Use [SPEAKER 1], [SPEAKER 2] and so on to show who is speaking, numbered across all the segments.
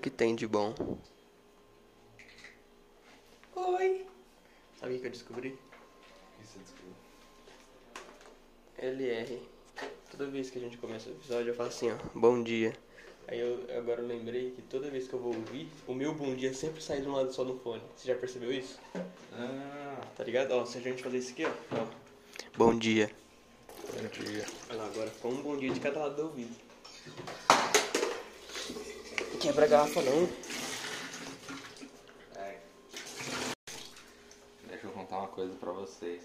[SPEAKER 1] que tem de bom?
[SPEAKER 2] Oi.
[SPEAKER 1] Sabe o que eu descobri?
[SPEAKER 3] Isso é desculpa.
[SPEAKER 1] LR. Toda vez que a gente começa o episódio, eu falo assim, ó, bom dia. Aí eu agora eu lembrei que toda vez que eu vou ouvir, o meu bom dia sempre sai de um lado só no fone. Você já percebeu isso?
[SPEAKER 3] Ah,
[SPEAKER 1] Tá ligado? Ó, se a gente fazer isso aqui, ó. ó. Bom dia.
[SPEAKER 3] bom dia.
[SPEAKER 1] Olha lá, agora ficou um bom dia de cada lado do ouvido. Quebra a garrafa não.
[SPEAKER 3] É. Deixa eu contar uma coisa pra vocês.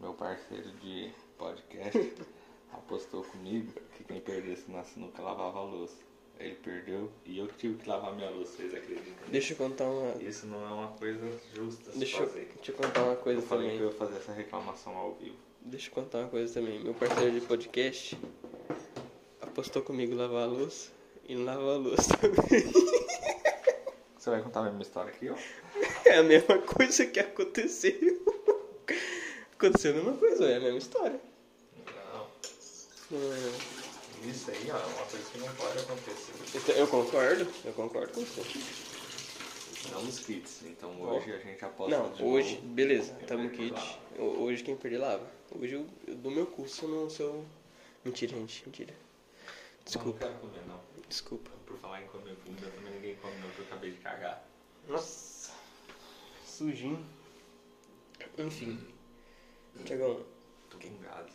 [SPEAKER 3] Meu parceiro de podcast apostou comigo que quem perdesse na sinuca lavava a louça. Ele perdeu e eu tive que lavar minha louça, vocês acreditam?
[SPEAKER 1] Deixa eu contar uma.
[SPEAKER 3] Isso não é uma coisa justa se
[SPEAKER 1] Deixa eu,
[SPEAKER 3] fazer.
[SPEAKER 1] deixa eu contar uma coisa
[SPEAKER 3] Eu falei
[SPEAKER 1] também.
[SPEAKER 3] que eu ia fazer essa reclamação ao vivo.
[SPEAKER 1] Deixa eu contar uma coisa também. Meu parceiro de podcast apostou comigo lavar a louça e não lavar a louça também.
[SPEAKER 3] Você vai contar a mesma história aqui, ó?
[SPEAKER 1] É a mesma coisa que aconteceu. Aconteceu a mesma coisa, é a mesma história.
[SPEAKER 3] Não.
[SPEAKER 1] Não é, não.
[SPEAKER 3] Isso aí, ó, é uma coisa que não pode acontecer.
[SPEAKER 1] Então, Eu concordo, eu concordo com você.
[SPEAKER 3] Não nos kits, então hoje a gente aposta
[SPEAKER 1] não,
[SPEAKER 3] de
[SPEAKER 1] hoje,
[SPEAKER 3] novo.
[SPEAKER 1] beleza,
[SPEAKER 3] Quem
[SPEAKER 1] tamo
[SPEAKER 3] perder,
[SPEAKER 1] kit.
[SPEAKER 3] lava.
[SPEAKER 1] Ho- Hoje quem perder lava. Hoje eu, eu dou meu curso no seu. Mentira, gente, mentira. Desculpa,
[SPEAKER 3] Eu Não quero comer, não.
[SPEAKER 1] desculpa.
[SPEAKER 3] Por falar em comer comida, também ninguém come, não, que eu acabei de cagar.
[SPEAKER 1] Nossa, sujinho. Enfim, Tiagão,
[SPEAKER 3] Tô com gado.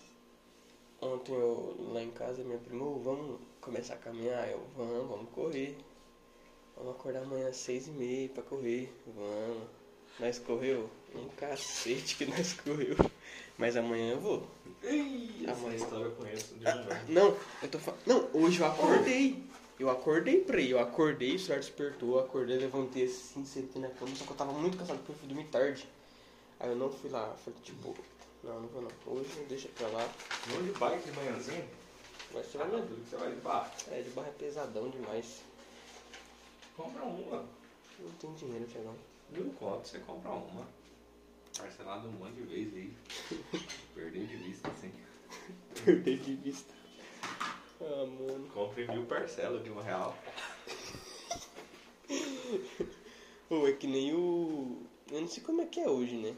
[SPEAKER 1] ontem eu lá em casa, minha prima, "Ô, vamos começar a caminhar? Eu, vamos, vamos correr. Vamos acordar amanhã às seis e meia pra correr, vamos. Nós correu? Um cacete que nós correu. Mas amanhã eu vou.
[SPEAKER 3] Ei,
[SPEAKER 1] essa
[SPEAKER 3] história eu conheço de
[SPEAKER 1] Não, eu tô falando. Não, hoje eu acordei. Eu acordei pra ir. Eu acordei, o celular despertou, eu acordei, levantei assim, sentei na cama, só que eu tava muito cansado porque eu fui dormir tarde. Aí eu não fui lá, falei, tipo, não, não vou não. Hoje deixa pra lá.
[SPEAKER 3] Vou de bike de manhãzinho?
[SPEAKER 1] Mas você
[SPEAKER 3] Será
[SPEAKER 1] vai
[SPEAKER 3] que
[SPEAKER 1] mesmo.
[SPEAKER 3] você vai de barco?
[SPEAKER 1] É, de barra é pesadão demais.
[SPEAKER 3] Compra uma.
[SPEAKER 1] Eu Não tem dinheiro, Tiagão.
[SPEAKER 3] Mil conto, você compra uma. Parcelado um monte de vezes aí. Perdeu de vista, assim.
[SPEAKER 1] Perdi de vista. Ah, mano.
[SPEAKER 3] Compre mil parcelas de um real.
[SPEAKER 1] Pô, é que nem o. Eu não sei como é que é hoje, né?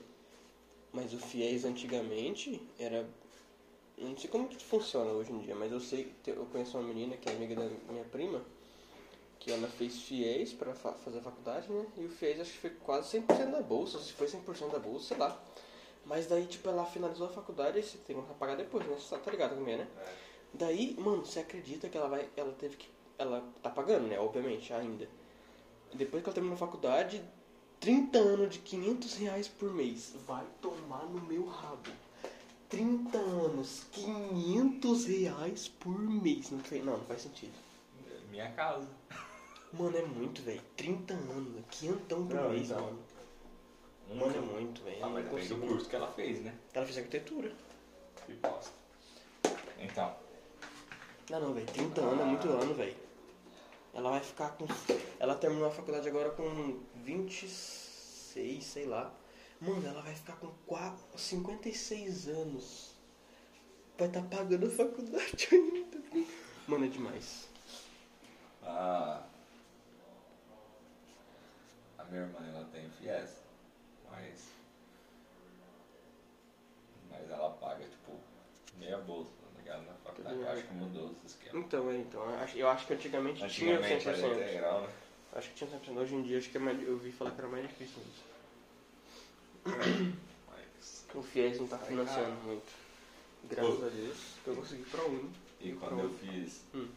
[SPEAKER 1] Mas o Fiéis antigamente era. Eu não sei como que funciona hoje em dia, mas eu sei. que Eu conheço uma menina que é amiga da minha prima, que ela fez Fiéis pra fa- fazer a faculdade, né? E o Fiéis acho que foi quase 100% da bolsa, ou se foi 100% da bolsa, sei lá. Mas daí, tipo, ela finalizou a faculdade e você tem que pagar depois, né? Você tá- tá ligado como é, né? Daí, mano, você acredita que ela vai. Ela teve que. Ela tá pagando, né? Obviamente, ainda. Depois que ela terminou a faculdade, 30 anos de 500 reais por mês. Vai tomar no meu rabo. 30 anos, 500 reais por mês. Não, tem- não, não faz sentido.
[SPEAKER 3] Minha casa.
[SPEAKER 1] Mano, é muito, velho. 30 anos, 500 por
[SPEAKER 3] Não,
[SPEAKER 1] mês,
[SPEAKER 3] então.
[SPEAKER 1] mano. Mano, é muito, velho.
[SPEAKER 3] Ah,
[SPEAKER 1] Eu não
[SPEAKER 3] mas depende do
[SPEAKER 1] consigo.
[SPEAKER 3] curso que ela fez, né?
[SPEAKER 1] Ela fez arquitetura.
[SPEAKER 3] E bosta. Então,
[SPEAKER 1] Não, não, velho. 30 anos é muito ano, velho. Ela vai ficar com. Ela terminou a faculdade agora com 26, sei lá. Mano, ela vai ficar com 4, 56 anos. Vai estar pagando a faculdade ainda. Mano, é demais.
[SPEAKER 3] a, Ah, a minha irmã ela tem FIES, mas, mas ela paga tipo meia bolsa, tá ligado? Na faculdade, eu acho que mudou esse esquema.
[SPEAKER 1] Então, é, então. Eu acho, eu acho que antigamente,
[SPEAKER 3] Antigamente
[SPEAKER 1] tinha
[SPEAKER 3] era
[SPEAKER 1] 100%.
[SPEAKER 3] integral, né?
[SPEAKER 1] Acho que tinha 100%. Hoje em dia, acho que é mais, eu ouvi falar que era mais difícil. mesmo.
[SPEAKER 3] Mas,
[SPEAKER 1] O FIES não tá
[SPEAKER 3] Ai,
[SPEAKER 1] financiando
[SPEAKER 3] cara.
[SPEAKER 1] muito. Graças
[SPEAKER 3] Ô.
[SPEAKER 1] a Deus, que eu consegui ir pra um.
[SPEAKER 3] e quando eu fiz,
[SPEAKER 1] Hum.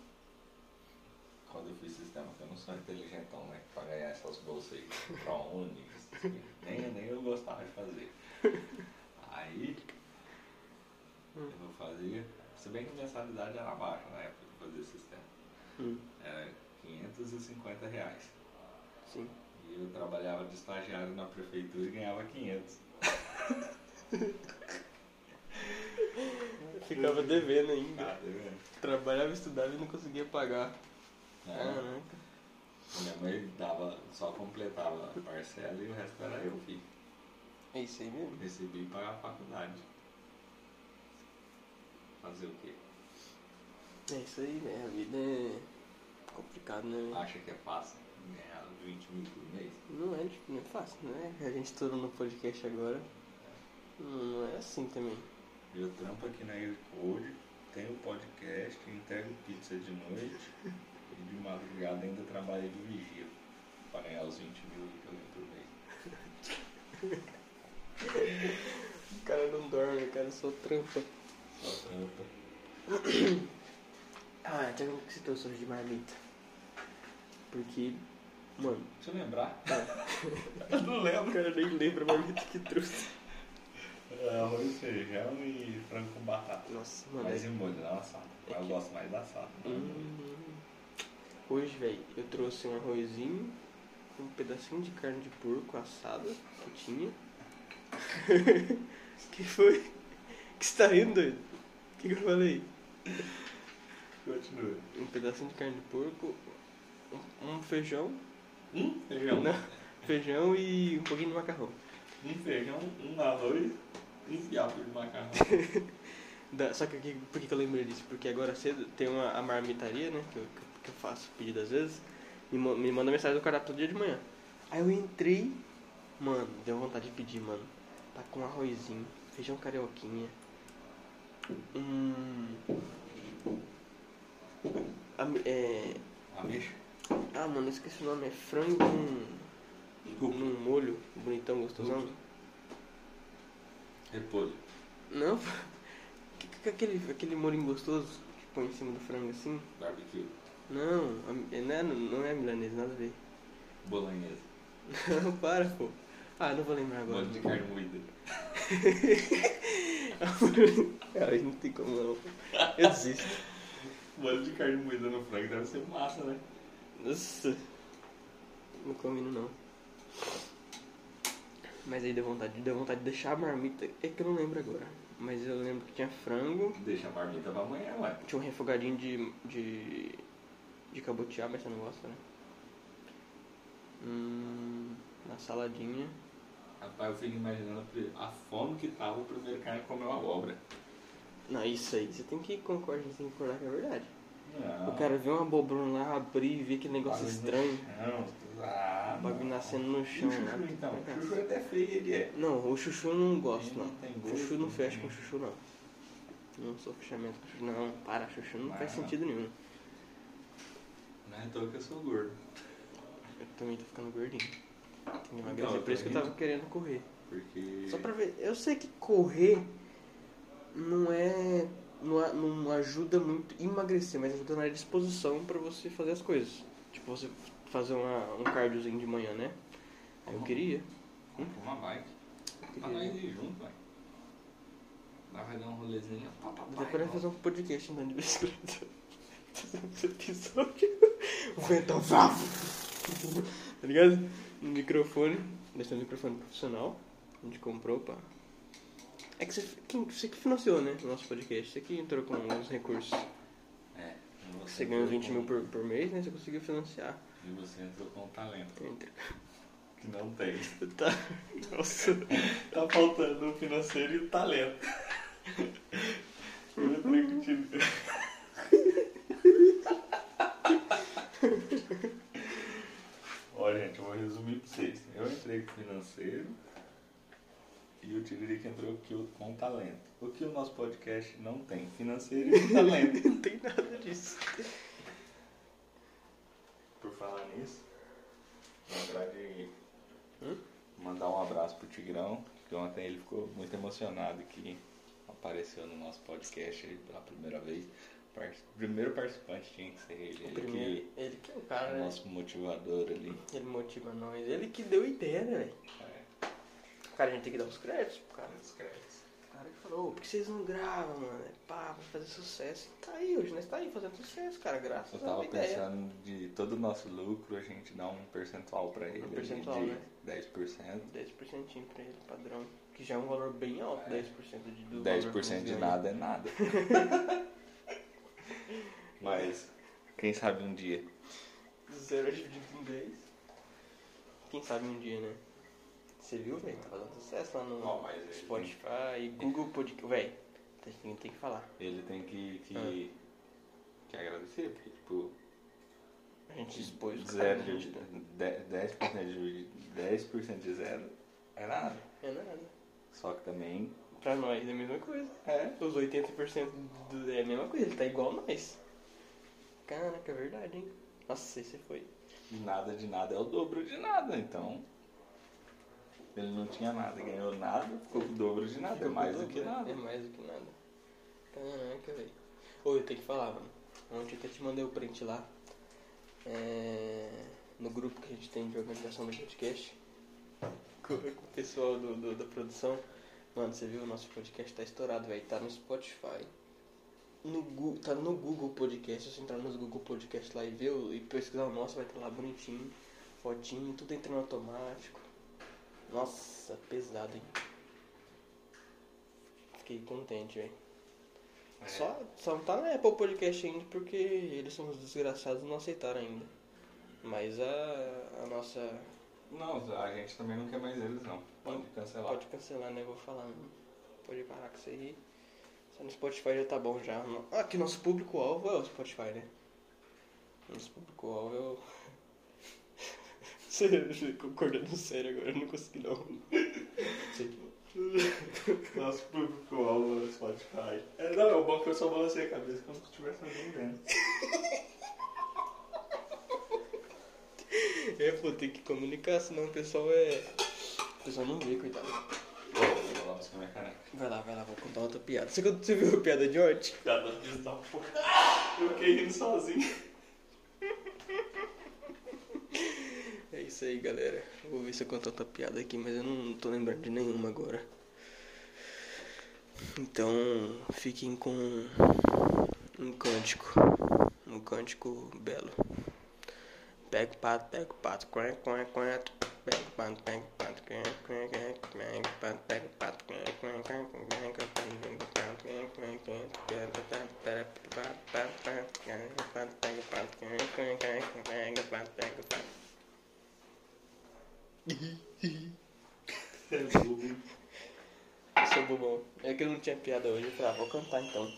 [SPEAKER 3] quando eu fiz sistema, que eu não sou inteligentão, né? Pra ganhar essas bolsas aí, ProUni, essas coisas. nem, nem eu gostava de fazer. Aí, eu não fazia, se bem que a mensalidade era baixa na época de fazer sistema,
[SPEAKER 1] Hum,
[SPEAKER 3] era 550 reais.
[SPEAKER 1] sim.
[SPEAKER 3] E eu trabalhava de estagiário na prefeitura e ganhava 500.
[SPEAKER 1] Ficava devendo ainda.
[SPEAKER 3] Nada, né?
[SPEAKER 1] Trabalhava, estudava e não conseguia pagar. É.
[SPEAKER 3] Né? Minha mãe dava, só completava a parcela e o resto era eu, filho.
[SPEAKER 1] É isso aí mesmo?
[SPEAKER 3] Recebi e pagar a faculdade. Fazer o quê?
[SPEAKER 1] É isso aí, né? A vida é complicado, né?
[SPEAKER 3] Acha que é fácil ganhar 20 mil por mês?
[SPEAKER 1] Não é, tipo, não é fácil, né? A gente todo no podcast agora. Não, não é assim também.
[SPEAKER 3] Eu trampo aqui na Aircode, tenho podcast, entrego pizza de noite e de madrugada ainda trabalho de vigia para ganhar os 20 mil que eu ganho por mês.
[SPEAKER 1] O cara não dorme, o cara só trampa.
[SPEAKER 3] Só trampa.
[SPEAKER 1] Ah, até como que você trouxe hoje de marmita? Porque, mano,
[SPEAKER 3] Deixa eu lembrar. eu não
[SPEAKER 1] o
[SPEAKER 3] lembro.
[SPEAKER 1] cara nem lembra a marmita que trouxe.
[SPEAKER 3] É, Arroz, feijão e frango com batata.
[SPEAKER 1] Nossa, mano.
[SPEAKER 3] Mas em molho, na assada.
[SPEAKER 1] É
[SPEAKER 3] Eu
[SPEAKER 1] que-
[SPEAKER 3] gosto mais da assada. não é molho.
[SPEAKER 1] Hum. Hoje, velho, eu trouxe um arrozinho, um pedacinho de carne de porco assada que tinha. que foi? que você tá rindo, doido? O que, que eu falei?
[SPEAKER 3] Continua.
[SPEAKER 1] Um pedacinho de carne de porco, um, um feijão,
[SPEAKER 3] Um feijão.
[SPEAKER 1] Não. feijão e um pouquinho de macarrão.
[SPEAKER 3] Um feijão, um arroz, um fiapo de macarrão.
[SPEAKER 1] Da- só que aqui- por que que eu lembrei disso? Porque agora cedo tem uma a marmitaria, né? Que eu, que eu faço pedido às vezes. Me, ma- me manda mensagem do cardápio todo dia de manhã. Aí eu entrei, mano, deu vontade de pedir, mano. Tá com arrozinho, feijão carioquinha. Hum. am- é,
[SPEAKER 3] Ameixa?
[SPEAKER 1] ah, mano, eu esqueci o nome. É frango com,
[SPEAKER 3] Desculpa.
[SPEAKER 1] num molho bonitão, gostosão.
[SPEAKER 3] Repolho.
[SPEAKER 1] Não, que, que- aquele, aquele molhinho gostoso que põe em cima do frango assim.
[SPEAKER 3] Barbecue.
[SPEAKER 1] Não, a mi- não é, não é milanesa, nada a ver.
[SPEAKER 3] Bolonhesa.
[SPEAKER 1] Não, para, pô. Ah, não vou lembrar agora.
[SPEAKER 3] Molho de carne moída.
[SPEAKER 1] Cara, não tem como não. Eu desisto.
[SPEAKER 3] Molho de carne moída no frango deve ser massa, né?
[SPEAKER 1] Nossa. Não combino não. Mas aí deu vontade, deu vontade de deixar a marmita. É que eu não lembro agora. Mas eu lembro que tinha frango,
[SPEAKER 3] Deixa a marmita pra amanhã, ué.
[SPEAKER 1] tinha um refogadinho de. de. de cabotiá, mas você não gosta, né? Hum. Uma saladinha.
[SPEAKER 3] Rapaz, eu fico imaginando a fome que tava o primeiro cara que comeu abóbora.
[SPEAKER 1] Não, isso aí. Você tem que concordar, você tem que concordar que é verdade.
[SPEAKER 3] Não.
[SPEAKER 1] O cara vê uma bobrona lá, abrir e ver que negócio
[SPEAKER 3] Bagulho no
[SPEAKER 1] estranho.
[SPEAKER 3] chão. Ah,
[SPEAKER 1] O bagulho
[SPEAKER 3] não.
[SPEAKER 1] nascendo no
[SPEAKER 3] E
[SPEAKER 1] chão.
[SPEAKER 3] o
[SPEAKER 1] né?
[SPEAKER 3] chuchu, então? O chuchu é até feio, ele é.
[SPEAKER 1] Não, o chuchu eu não gosto,
[SPEAKER 3] Ele
[SPEAKER 1] não.
[SPEAKER 3] não tem
[SPEAKER 1] O chuchu
[SPEAKER 3] gosto,
[SPEAKER 1] não
[SPEAKER 3] não
[SPEAKER 1] fecha
[SPEAKER 3] tem.
[SPEAKER 1] com chuchu, não. Não sou fechamento com chuchu. Não, para, chuchu não
[SPEAKER 3] Ah.
[SPEAKER 1] faz sentido nenhum.
[SPEAKER 3] Não é à toa que eu sou gordo.
[SPEAKER 1] Eu também tô ficando gordinho. Tem que emagrecer,
[SPEAKER 3] Então, eu
[SPEAKER 1] é por isso que eu tava
[SPEAKER 3] também.
[SPEAKER 1] querendo correr.
[SPEAKER 3] Porque.
[SPEAKER 1] Só pra ver, eu sei que correr não é. Não, a- não ajuda muito a emagrecer, mas ajuda na disposição pra você fazer as coisas. Tipo, você fazer uma- um cardiozinho de manhã, né? Aí eu queria.
[SPEAKER 3] Compra uma bike. Pra nós ir Tá junto, vai. Nós vai dar um rolezinho. Pá, pá, pá,
[SPEAKER 1] Depois nós fazer
[SPEAKER 3] irmão.
[SPEAKER 1] um podcast andando de bicicleta. Esse episódio. O ventão. Tá ligado? No microfone. Deve ser um microfone profissional. A gente comprou, pá. É que você, quem- você que financiou, né? O nosso podcast. Você que entrou com alguns recursos.
[SPEAKER 3] É. e
[SPEAKER 1] um- Você ganhou
[SPEAKER 3] entrou
[SPEAKER 1] 20
[SPEAKER 3] com-
[SPEAKER 1] mil por, por mês, né? Você conseguiu financiar.
[SPEAKER 3] E você entrou com um talento
[SPEAKER 1] Entra.
[SPEAKER 3] que não tem.
[SPEAKER 1] Tá. Nossa.
[SPEAKER 3] Tá faltando o financeiro e o talento. Eu entrei com o time. Ó, gente, eu vou resumir pra vocês. Eu entrei com o financeiro e o Tigre que entrou com o- com o talento. O que o nosso podcast não tem? Financeiro e talento.
[SPEAKER 1] Não tem nada disso.
[SPEAKER 3] Por falar nisso, lembrar de
[SPEAKER 1] Hum?
[SPEAKER 3] mandar um abraço pro Tigrão, que ontem ele ficou muito emocionado que apareceu no nosso podcast pela primeira vez. Par- O primeiro participante tinha que ser ele,
[SPEAKER 1] O
[SPEAKER 3] ele
[SPEAKER 1] primeiro. Ele que é o
[SPEAKER 3] que é
[SPEAKER 1] cara,
[SPEAKER 3] o
[SPEAKER 1] né?
[SPEAKER 3] nosso motivador ali.
[SPEAKER 1] Ele motiva nós. Ele que deu a ideia, né, velho?
[SPEAKER 3] É,
[SPEAKER 1] Cara, a gente tem que dar uns créditos pro cara. O cara que falou, "Ô, por que vocês não gravam, mano? É Pá, vai fazer sucesso. E tá aí hoje, nós tá aí fazendo sucesso, cara, graças
[SPEAKER 3] Eu
[SPEAKER 1] a
[SPEAKER 3] tava
[SPEAKER 1] uma ideia.
[SPEAKER 3] pensando de todo o nosso lucro a gente dá um percentual pra ele ali
[SPEAKER 1] percentual,
[SPEAKER 3] de
[SPEAKER 1] né?
[SPEAKER 3] 10%.
[SPEAKER 1] 10% pra ele, padrão. Que já é um valor bem alto,
[SPEAKER 3] É.
[SPEAKER 1] 10% de do valor que
[SPEAKER 3] 10% de
[SPEAKER 1] ganha.
[SPEAKER 3] nada é nada. Mas, quem sabe um dia.
[SPEAKER 1] Zero dividido em 10. Quem sabe um dia, né? Você viu, velho? Tá fazendo sucesso lá no
[SPEAKER 3] Ó, mas ele tem-
[SPEAKER 1] Spotify, Google Podcast. Velho, a gente tem que falar.
[SPEAKER 3] Ele tem que, que,
[SPEAKER 1] Ah.
[SPEAKER 3] que agradecer, porque, tipo,
[SPEAKER 1] A gente expôs o
[SPEAKER 3] Zero
[SPEAKER 1] cara.
[SPEAKER 3] de,
[SPEAKER 1] né?
[SPEAKER 3] de- 10% de 10% de zero é nada.
[SPEAKER 1] É nada.
[SPEAKER 3] Só que também
[SPEAKER 1] Pra nós é a mesma coisa.
[SPEAKER 3] é.
[SPEAKER 1] Os 80% do, é a mesma coisa, ele tá igual a nós. Caraca, é verdade, hein? Nossa, esse foi.
[SPEAKER 3] de Nada de nada é o dobro de nada, então. Ele não tinha nada, ganhou nada, ficou com o dobro de nada, é
[SPEAKER 1] Ficou
[SPEAKER 3] mais do
[SPEAKER 1] dobro,
[SPEAKER 3] que
[SPEAKER 1] né?
[SPEAKER 3] nada.
[SPEAKER 1] É mais do que nada. Caraca, velho. Ô, eu tenho que falar, mano. Ontem eu até te mandei o print lá. É, No grupo que a gente tem de organização do podcast. Com com o pessoal do, do- da produção. Mano, você viu? O nosso podcast tá estourado, velho. Tá no Spotify. No, Gu- tá no Google Podcast. Se você entrar nos Google Podcast lá e ver o- e pesquisar o nosso, vai estar lá bonitinho. Fotinho, tudo entrando automático. Nossa, pesado, hein? Fiquei contente, velho.
[SPEAKER 3] É.
[SPEAKER 1] Só, só não tá na Apple Podcast ainda porque eles são os desgraçados e não aceitaram ainda. Mas a, a nossa.
[SPEAKER 3] Não, a gente também não quer mais eles, não. Pode cancelar.
[SPEAKER 1] Pode cancelar, né? Vou falar. né? Pode parar com isso aí. Só no Spotify já tá bom já. No- Ah, que nosso público-alvo é o Spotify, né? Nosso público-alvo é o. Você concordando sério agora, eu não consegui não.
[SPEAKER 3] Nosso público-alvo no Spotify. É, não, é o bom que eu só balancei a cabeça como se eu estivesse entendendo.
[SPEAKER 1] É, pô, tem que comunicar, senão o pessoal é. O pessoal não vê, coitado.
[SPEAKER 3] Vou falar pra você minha caneca.
[SPEAKER 1] Vai lá, vai lá, vou contar outra piada. Você, você viu a piada de ontem?
[SPEAKER 3] Já dá disso da porra. um Eu fiquei rindo sozinho.
[SPEAKER 1] É isso aí, galera. Vou ver se eu conto outra piada aqui, mas eu não tô lembrando de nenhuma agora. Então, fiquem com um cântico. Um cântico belo. Pega o pato, pega o pato, quen, quen, quen. Pega o pato, pega o pato, quen, quen, quen. Pega o pato, pega o pato, quen, quen, quen. Pega o pato, pega o pato, quen, quen, quen. Pega o pato, pega o pato, quen, quen, quen. Pega o pato, pega o pato, quen, quen, quen. Pega o pato, pega o pato.
[SPEAKER 3] Você é bobo, hein?
[SPEAKER 1] Seu bobão. É que eu não tinha piada hoje, eu falei, ah, vou cantar então.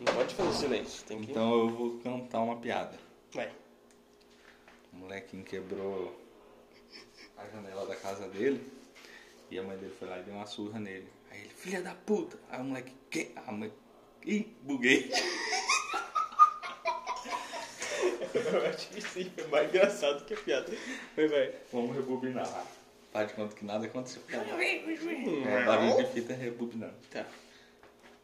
[SPEAKER 1] Não pode fazer silêncio, tem que.
[SPEAKER 3] Então eu vou cantar uma piada.
[SPEAKER 1] Vai.
[SPEAKER 3] O molequinho quebrou a janela da casa dele e a mãe dele foi lá e deu uma surra nele. Aí ele, filha da puta! Aí o moleque, que? A mãe, ih, buguei.
[SPEAKER 1] Eu acho que sim, é mais engraçado que a piada. Vai, vai.
[SPEAKER 3] Vamos rebobinar. Faz de conta que nada aconteceu. É, barulho de fita rebobinando.
[SPEAKER 1] Tá.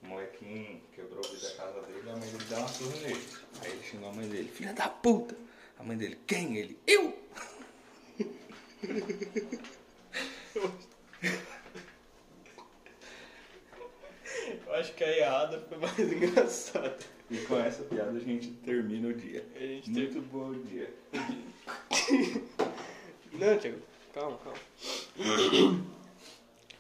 [SPEAKER 3] O molequinho quebrou o vidro da casa dele e a mãe dele deu uma surra nele. Aí ele xingou a mãe dele, filha da puta! A mãe dele, quem? Ele, eu!
[SPEAKER 1] Eu acho que a errada foi mais engraçada.
[SPEAKER 3] E com essa piada a gente termina o dia.
[SPEAKER 1] A gente teve.
[SPEAKER 3] Muito bom dia.
[SPEAKER 1] Não, Thiago, calma, calma.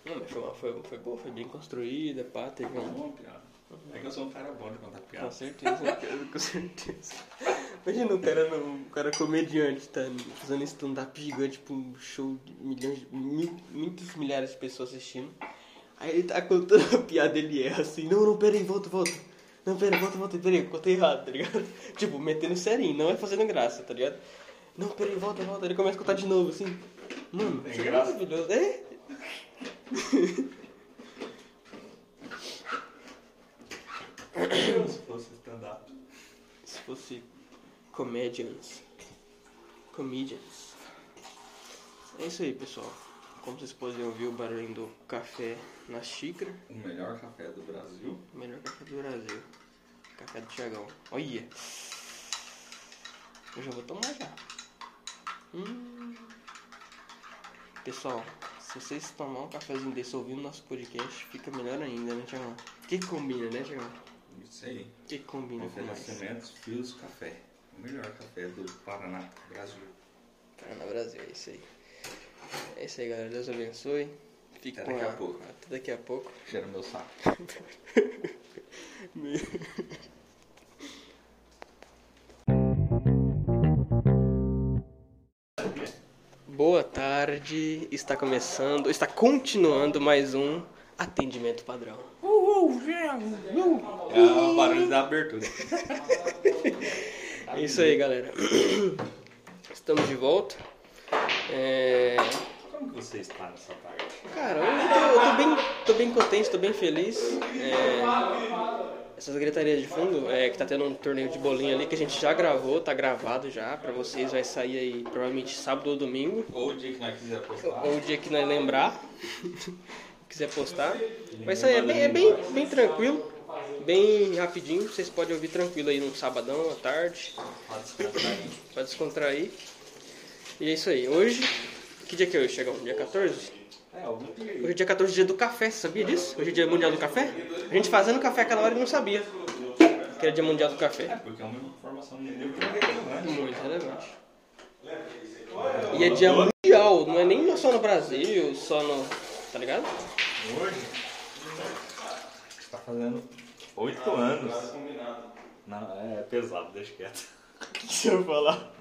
[SPEAKER 1] Não, mas foi, uma- foi, foi boa, foi bem construída, pá, teve
[SPEAKER 3] Foi uma
[SPEAKER 1] um.
[SPEAKER 3] boa piada. É que eu sou um cara bom de contar piada.
[SPEAKER 1] Com certeza, cara, com certeza. Imagina um cara, no- um cara comediante tá fazendo stand-up gigante pra um show de milhões, de- mil- muitos milhares de pessoas assistindo. Aí ele tá contando a piada, ele erra assim, não, não, peraí, volta, volta. Não, pera, volta, volta, peraí, eu contei errado, tá ligado? Tipo, metendo serinho, não é fazendo graça, tá ligado? Não, peraí, volta, volta, ele começa a contar de novo, assim. Mano,
[SPEAKER 3] Tem
[SPEAKER 1] isso é
[SPEAKER 3] graça?
[SPEAKER 1] maravilhoso. É?
[SPEAKER 3] Eu, se fosse stand-up.
[SPEAKER 1] Se fosse comedians. Comedians. É isso aí, pessoal. Como vocês podem ouvir o barulho do café na xícara,
[SPEAKER 3] O melhor café do Brasil.
[SPEAKER 1] o melhor café do Brasil. Café do Tiagão. Olha! Eu já vou tomar já. Hum. Pessoal, se vocês tomar um cafezinho desse ouvindo nosso podcast, fica melhor ainda, né, Tiagão? Que combina, né, Tiagão?
[SPEAKER 3] Isso aí.
[SPEAKER 1] Que combina com mais.
[SPEAKER 3] Oferecimentos Fios Café. O melhor café do Paraná, Brasil.
[SPEAKER 1] Paraná Brasil, é isso aí. É isso aí, galera. Deus abençoe. Fica
[SPEAKER 3] Até
[SPEAKER 1] com
[SPEAKER 3] daqui a
[SPEAKER 1] a-
[SPEAKER 3] pouco.
[SPEAKER 1] Até daqui a pouco.
[SPEAKER 3] Cheira meu saco.
[SPEAKER 1] Boa tarde. Está começando, está continuando mais um atendimento padrão.
[SPEAKER 3] É o barulho da abertura.
[SPEAKER 1] É isso aí, galera. Estamos de volta. É,
[SPEAKER 2] Como que você está nessa tarde?
[SPEAKER 1] Cara, hoje eu tô, eu tô bem, tô bem contente, tô bem feliz. É, Essas gritarias de fundo, é, que tá tendo um torneio de bolinha ali que a gente já gravou, tá gravado já, pra vocês vai sair aí provavelmente sábado ou domingo,
[SPEAKER 3] Ou o dia que nós quiser postar.
[SPEAKER 1] ou o dia que nós lembrar, quiser postar. Vai sair, é bem, é bem, bem tranquilo, bem rapidinho, vocês podem ouvir tranquilo aí num sabadão à tarde,
[SPEAKER 2] Pode descontrair.
[SPEAKER 1] pra descontrair. E é isso aí, hoje, que dia que é hoje, Chegão? Dia 14?
[SPEAKER 2] É, algum dia aí.
[SPEAKER 1] Hoje é dia 14, dia do café, sabia disso? Hoje é dia mundial do café? A gente fazendo café aquela hora e não sabia que era dia mundial do
[SPEAKER 3] É,
[SPEAKER 1] café.
[SPEAKER 3] porque é uma informação de nível que é relevante.
[SPEAKER 1] Muito relevante. E é dia mundial, não é nem só no Brasil, só no. tá ligado?
[SPEAKER 3] Hoje, está fazendo oito anos.
[SPEAKER 2] Não, é pesado, deixa quieto. O que você vai falar?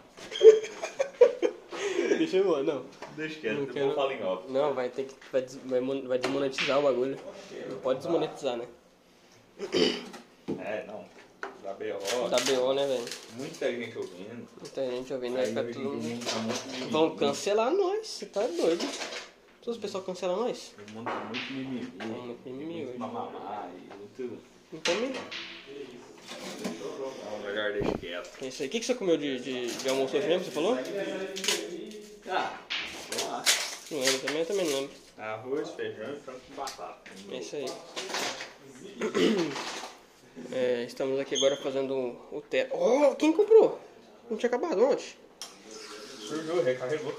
[SPEAKER 1] Deixa eu não.
[SPEAKER 2] Deixa quieto,
[SPEAKER 1] Não
[SPEAKER 2] depois
[SPEAKER 1] quero.
[SPEAKER 2] eu falo em off.
[SPEAKER 1] Não, vai ter que. Vai, des- vai mon- vai desmonetizar o bagulho. Não pode desmonetizar, né?
[SPEAKER 2] É, não. Da BO,
[SPEAKER 1] Tá BO, né, velho?
[SPEAKER 3] Muita gente ouvindo.
[SPEAKER 1] Muita gente ouvindo, vai
[SPEAKER 3] Aí
[SPEAKER 1] ficar
[SPEAKER 3] hoje
[SPEAKER 1] todo
[SPEAKER 3] todo
[SPEAKER 1] mundo.
[SPEAKER 3] mundo tá muito
[SPEAKER 1] Vão
[SPEAKER 3] mimimi.
[SPEAKER 1] cancelar nós, você tá doido. Se os pessoal cancelam nós,
[SPEAKER 3] Todo mundo tá muito mimimi.
[SPEAKER 1] muito mimimi
[SPEAKER 3] Muito
[SPEAKER 1] hoje.
[SPEAKER 3] mamamá e muito...
[SPEAKER 1] então me.
[SPEAKER 3] Não, melhor deixa quieto.
[SPEAKER 1] É isso aí. O que, que você comeu de, de, de almoço hoje mesmo? Você falou?
[SPEAKER 2] Ah, vamos lá.
[SPEAKER 1] Não lembro também, eu também não lembro.
[SPEAKER 2] Arroz, feijão e frango com batata.
[SPEAKER 1] É isso aí. É, estamos aqui agora fazendo o teto. Oh, quem comprou? Não tinha acabado ontem?
[SPEAKER 2] Surgiu, recarregou.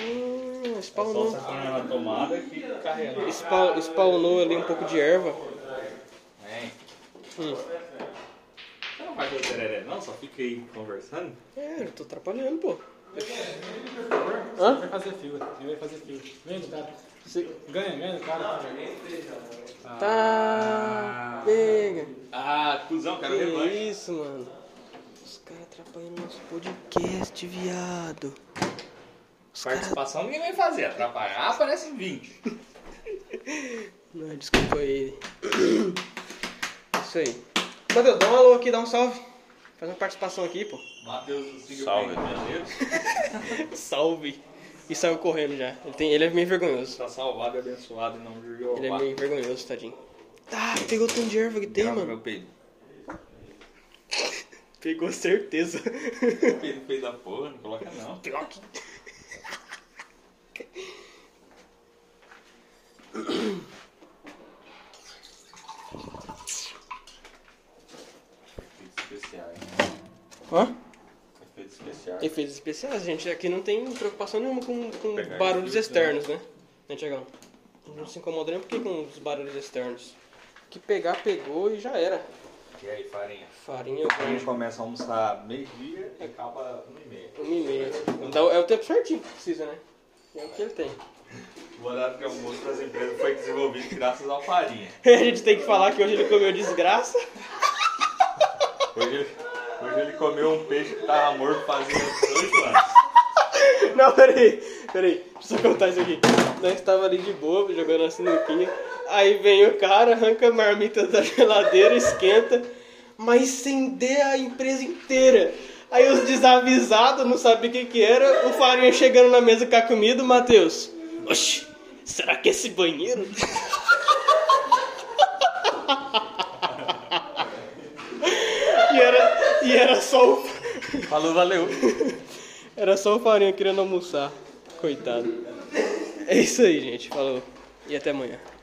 [SPEAKER 1] Hum,
[SPEAKER 2] É só
[SPEAKER 1] spawnou.
[SPEAKER 2] você põe na tomada que carrega.
[SPEAKER 1] Spawn, spawnou ali um pouco de erva.
[SPEAKER 2] Hein?
[SPEAKER 1] Hum.
[SPEAKER 2] Você não vai fazer tereré não? Só fica aí conversando?
[SPEAKER 1] É, eu tô atrapalhando, pô.
[SPEAKER 4] Você vai fazer fila, ele vai fazer fila. Vem do cara. Ganha, ganha do cara. Ah.
[SPEAKER 1] Tá. Pega.
[SPEAKER 2] Ah, cuzão, quero revanche.
[SPEAKER 1] Que isso, mano. Os caras atrapalhando nosso podcast, viado. Os caras
[SPEAKER 2] Participação ninguém vai fazer. Atrapalhar aparece 20.
[SPEAKER 1] Não, desculpa aí. Isso aí. Matheus, dá um alô aqui, dá um salve. Faz uma participação aqui, pô.
[SPEAKER 3] Matheus, siga
[SPEAKER 2] Salve,
[SPEAKER 3] bem.
[SPEAKER 1] Salve. E saiu correndo já. Ele, tem- ele é meio vergonhoso.
[SPEAKER 2] Tá salvado e abençoado em nome
[SPEAKER 1] Ele
[SPEAKER 2] de
[SPEAKER 1] é
[SPEAKER 2] Jeová.
[SPEAKER 1] meio vergonhoso, tadinho. Tá, pegou tanto de erva que tem,
[SPEAKER 3] Grava
[SPEAKER 1] mano.
[SPEAKER 3] meu peido.
[SPEAKER 1] Pegou certeza.
[SPEAKER 3] Meu peido feio da porra, não coloca não.
[SPEAKER 1] Pior que-
[SPEAKER 3] Efeitos especiais.
[SPEAKER 1] Hã?
[SPEAKER 3] Efeitos especiais.
[SPEAKER 1] Efeitos especiais, gente. Aqui não tem preocupação nenhuma com, com
[SPEAKER 3] Pegar
[SPEAKER 1] barulhos
[SPEAKER 3] efeitos,
[SPEAKER 1] externos, né? Né, Tiagão? Não se incomoda nem porque com os barulhos externos. Que pegar, pegou e já era.
[SPEAKER 3] E aí, farinha?
[SPEAKER 1] Farinha
[SPEAKER 3] A gente
[SPEAKER 1] grande.
[SPEAKER 3] começa a almoçar meio-dia e acaba uma e meia.
[SPEAKER 1] Uma e meia. Então, é o tempo certinho que precisa, né? É o que ele tem.
[SPEAKER 3] O horário de almoço das empresas foi desenvolvido graças ao farinha.
[SPEAKER 1] A gente tem que falar que hoje ele comeu desgraça.
[SPEAKER 3] Hoje ele, hoje ele comeu um peixe que tava morto fazia 18 anos.
[SPEAKER 1] Não, peraí, peraí, deixa eu só contar isso aqui. Nós tava ali de boa, jogando a sinuquinha. Aí vem o cara, arranca a marmita da geladeira, esquenta, mas incendeia a empresa inteira. Aí os desavisados, não sabia o que que era, o farinha chegando na mesa com a comida, o Matheus. Oxi, será que é esse banheiro? e, era, e era só o
[SPEAKER 3] Falou, valeu.
[SPEAKER 1] era só o Farinha querendo almoçar. Coitado. É isso aí, gente. Falou. E até amanhã.